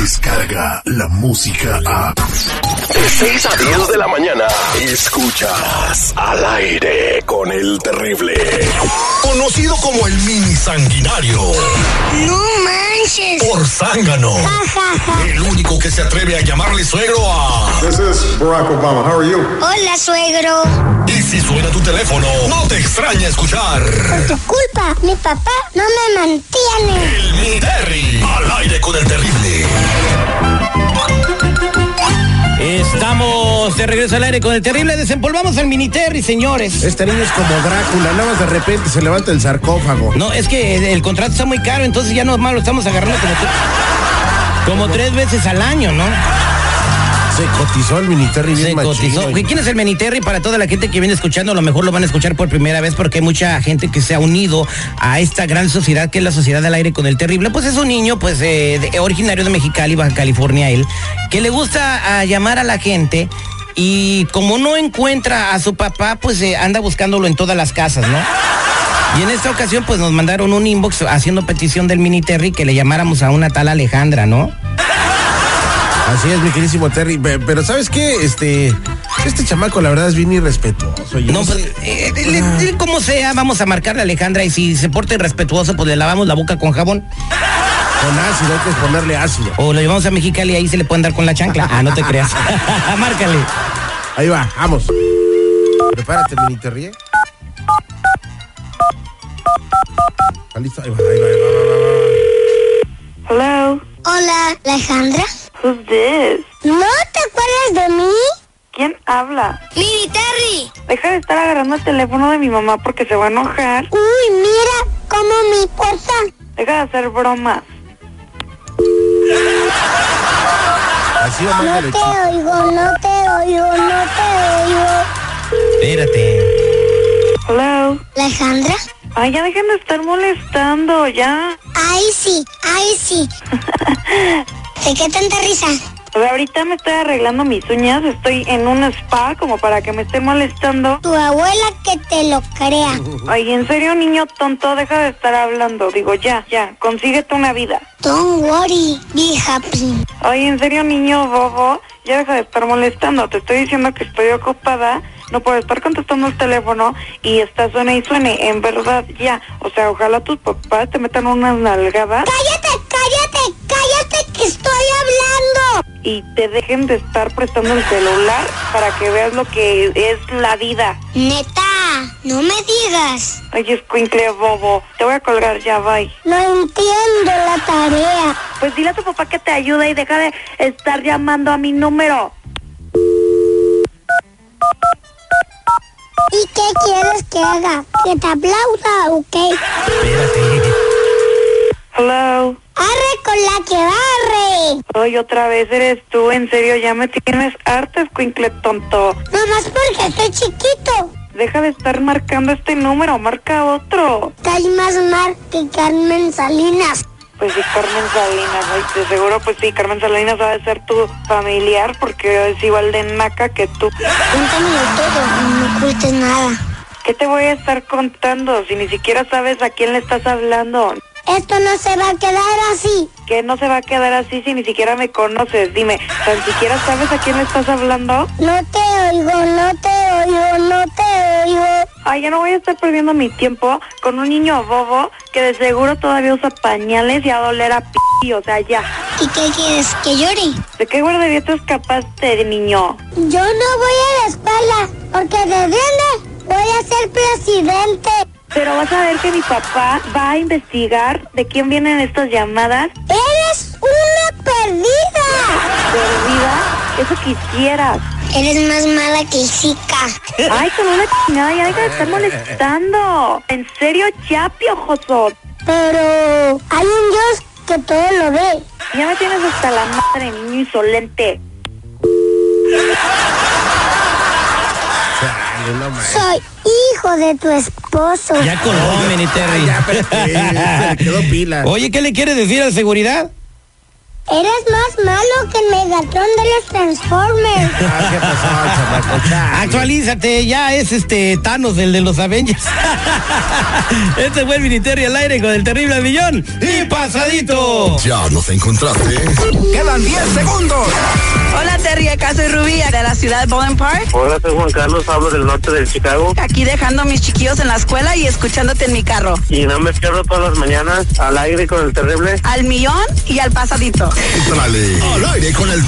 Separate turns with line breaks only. Descarga la música a.
De 6 a 10 de la mañana. Escuchas al aire con el terrible. Conocido como el mini sanguinario.
No manches.
Por zángano. El único que se atreve a llamarle suegro a.
This is Barack Obama. How are you?
Hola, suegro.
Y si suena tu teléfono, no te extraña escuchar.
Por tu culpa, mi papá no me mantiene.
El mini Terry. Al aire con el terrible.
Estamos de regreso al aire con el terrible. Desempolvamos al mini Terry, señores.
Este niño es como Drácula, nada más de repente se levanta el sarcófago.
No, es que el- el contrato está muy caro, entonces ya nomás lo estamos agarrando como, tre- como tres veces al año, ¿no?
Se cotizó el mini Terry bien
Se
machino.
cotizó. Oye, ¿Quién es el mini Terry? Para toda la gente que viene escuchando, a lo mejor lo van a escuchar por primera vez porque hay mucha gente que se ha unido a esta gran sociedad que es la Sociedad del Aire con el Terrible. Pues es un niño, pues, eh, de- originario de Mexicali, Baja California, él, que le gusta ah, llamar a la gente y como no encuentra a su papá, pues eh, anda buscándolo en todas las casas, ¿no? Y en esta ocasión, pues nos mandaron un inbox haciendo petición del mini Terry que le llamáramos a una tal Alejandra, ¿no?
Así es, mi queridísimo Terry. Pe- Pero ¿sabes qué? Este, este chamaco, la verdad, es bien irrespetuoso. Yo
No, pues,
sé-
eh, le- le- como sea, vamos a marcarle a Alejandra y si se porta irrespetuoso, pues le lavamos la boca con jabón
Con ácido, hay que ponerle ácido.
o lo llevamos a Mexicali y ahí se le pueden dar con la chancla. Ah, no te creas. Márcale.
Ahí va, vamos. Prepárate, mini Terry. ¿eh? ¿Está listo? Ahí va, ahí va, ahí va, va, va, va.
Hello,
Hola, Alejandra.
who's this?
¿No te acuerdas de mí?
¿Quién habla?
Mini Terry.
Deja de estar agarrando el teléfono de mi mamá porque se va a enojar.
Uy, mira cómo me importa.
Deja de hacer bromas.
Así va,
No
mándale
te
chiste.
oigo, no te oigo, no te oigo.
Espérate.
Hello.
Alejandra.
Ay, ya dejen de estar molestando, ya.
Ay, sí, ay, sí. ¿De qué tanta risa?
A ver, ahorita me estoy arreglando mis uñas, estoy en un spa como para que me esté molestando.
Tu abuela que te lo crea.
Ay, en serio, niño tonto, deja de estar hablando. Digo, ya, ya, consíguete una vida.
Don't worry, be happy.
Ay, en serio, niño bobo, ya deja de estar molestando. Te estoy diciendo que estoy ocupada, no puedo estar contestando el teléfono y está suene y suene. En verdad, ya. O sea, ojalá tus papás te metan unas nalgadas
Cállate, cállate, cállate que estoy hablando.
y te dejen de estar prestando el celular para que veas lo que es la vida.
Neta, no me digas.
Ay, escuincle bobo, te voy a colgar ya, bye.
No entiendo la tarea.
Pues dile a tu papá que te ayude y deja de estar llamando a mi número.
¿Y qué quieres que haga? ¿Que te aplauda o qué?
Espérate.
Hello.
Arre con la que barre.
Ay, otra vez eres tú, en serio, ya me tienes harta, escuincle tonto.
Nomás porque estoy chiquito.
Deja de estar marcando este número, marca otro.
Estás más mar que Carmen Salinas.
Pues sí, Carmen Salinas, ay, de seguro, pues sí, Carmen Salinas va a ser tu familiar porque es igual de naca que tú.
Cuéntamelo todo, no me ocultes nada.
¿Qué te voy a estar contando si ni siquiera sabes a quién le estás hablando?
Esto no se va a quedar así.
Que no se va a quedar así si ni siquiera me conoces. Dime, ¿tan siquiera sabes a quién le estás hablando?
No te oigo, no te oigo, no te oigo.
Ay, ya no voy a estar perdiendo mi tiempo con un niño bobo que de seguro todavía usa pañales y a doler a p... O sea, ya.
¿Y qué quieres? ¿Que llore?
¿De qué guardería te escapaste, niño?
Yo no voy a la escuela porque de grande voy a ser presidente.
Pero vas a ver que mi papá va a investigar de quién vienen estas llamadas.
¡Eres una perdida!
Perdida, eso quisieras.
Eres más mala que chica.
Ay, con una chingada, ya deja de estar molestando. En serio, ya, piojoso.
Pero hay un Dios que todo lo ve.
Ya me tienes hasta la madre, niño insolente.
Chale, no manches.
Soy hijo de tu esposo.
Ya colgó, mini Terry.
Ya, espérate, Ah, se le quedó pila.
Oye, ¿qué le quiere decir a la seguridad?
Eres más malo que el Megatron de los Transformers.
Ah, ¿qué pasó,
Ah,
chamaco? Chale.
Actualízate, ya es este Thanos, el de los Avengers. este fue el Ministerio al aire con el terrible millón. ¡Y pasadito!
Ya nos encontraste.
Quedan 10 segundos. Hola Terry, acá soy Rubí de la ciudad de Bowling Park.
Hola, soy Juan Carlos, hablo del norte de Chicago
Aquí dejando a mis chiquillos en la escuela y escuchándote en mi carro.
y no me pierdo todas las mañanas al aire con el terrible.
Al millón y al pasadito.
Entrale al aire con el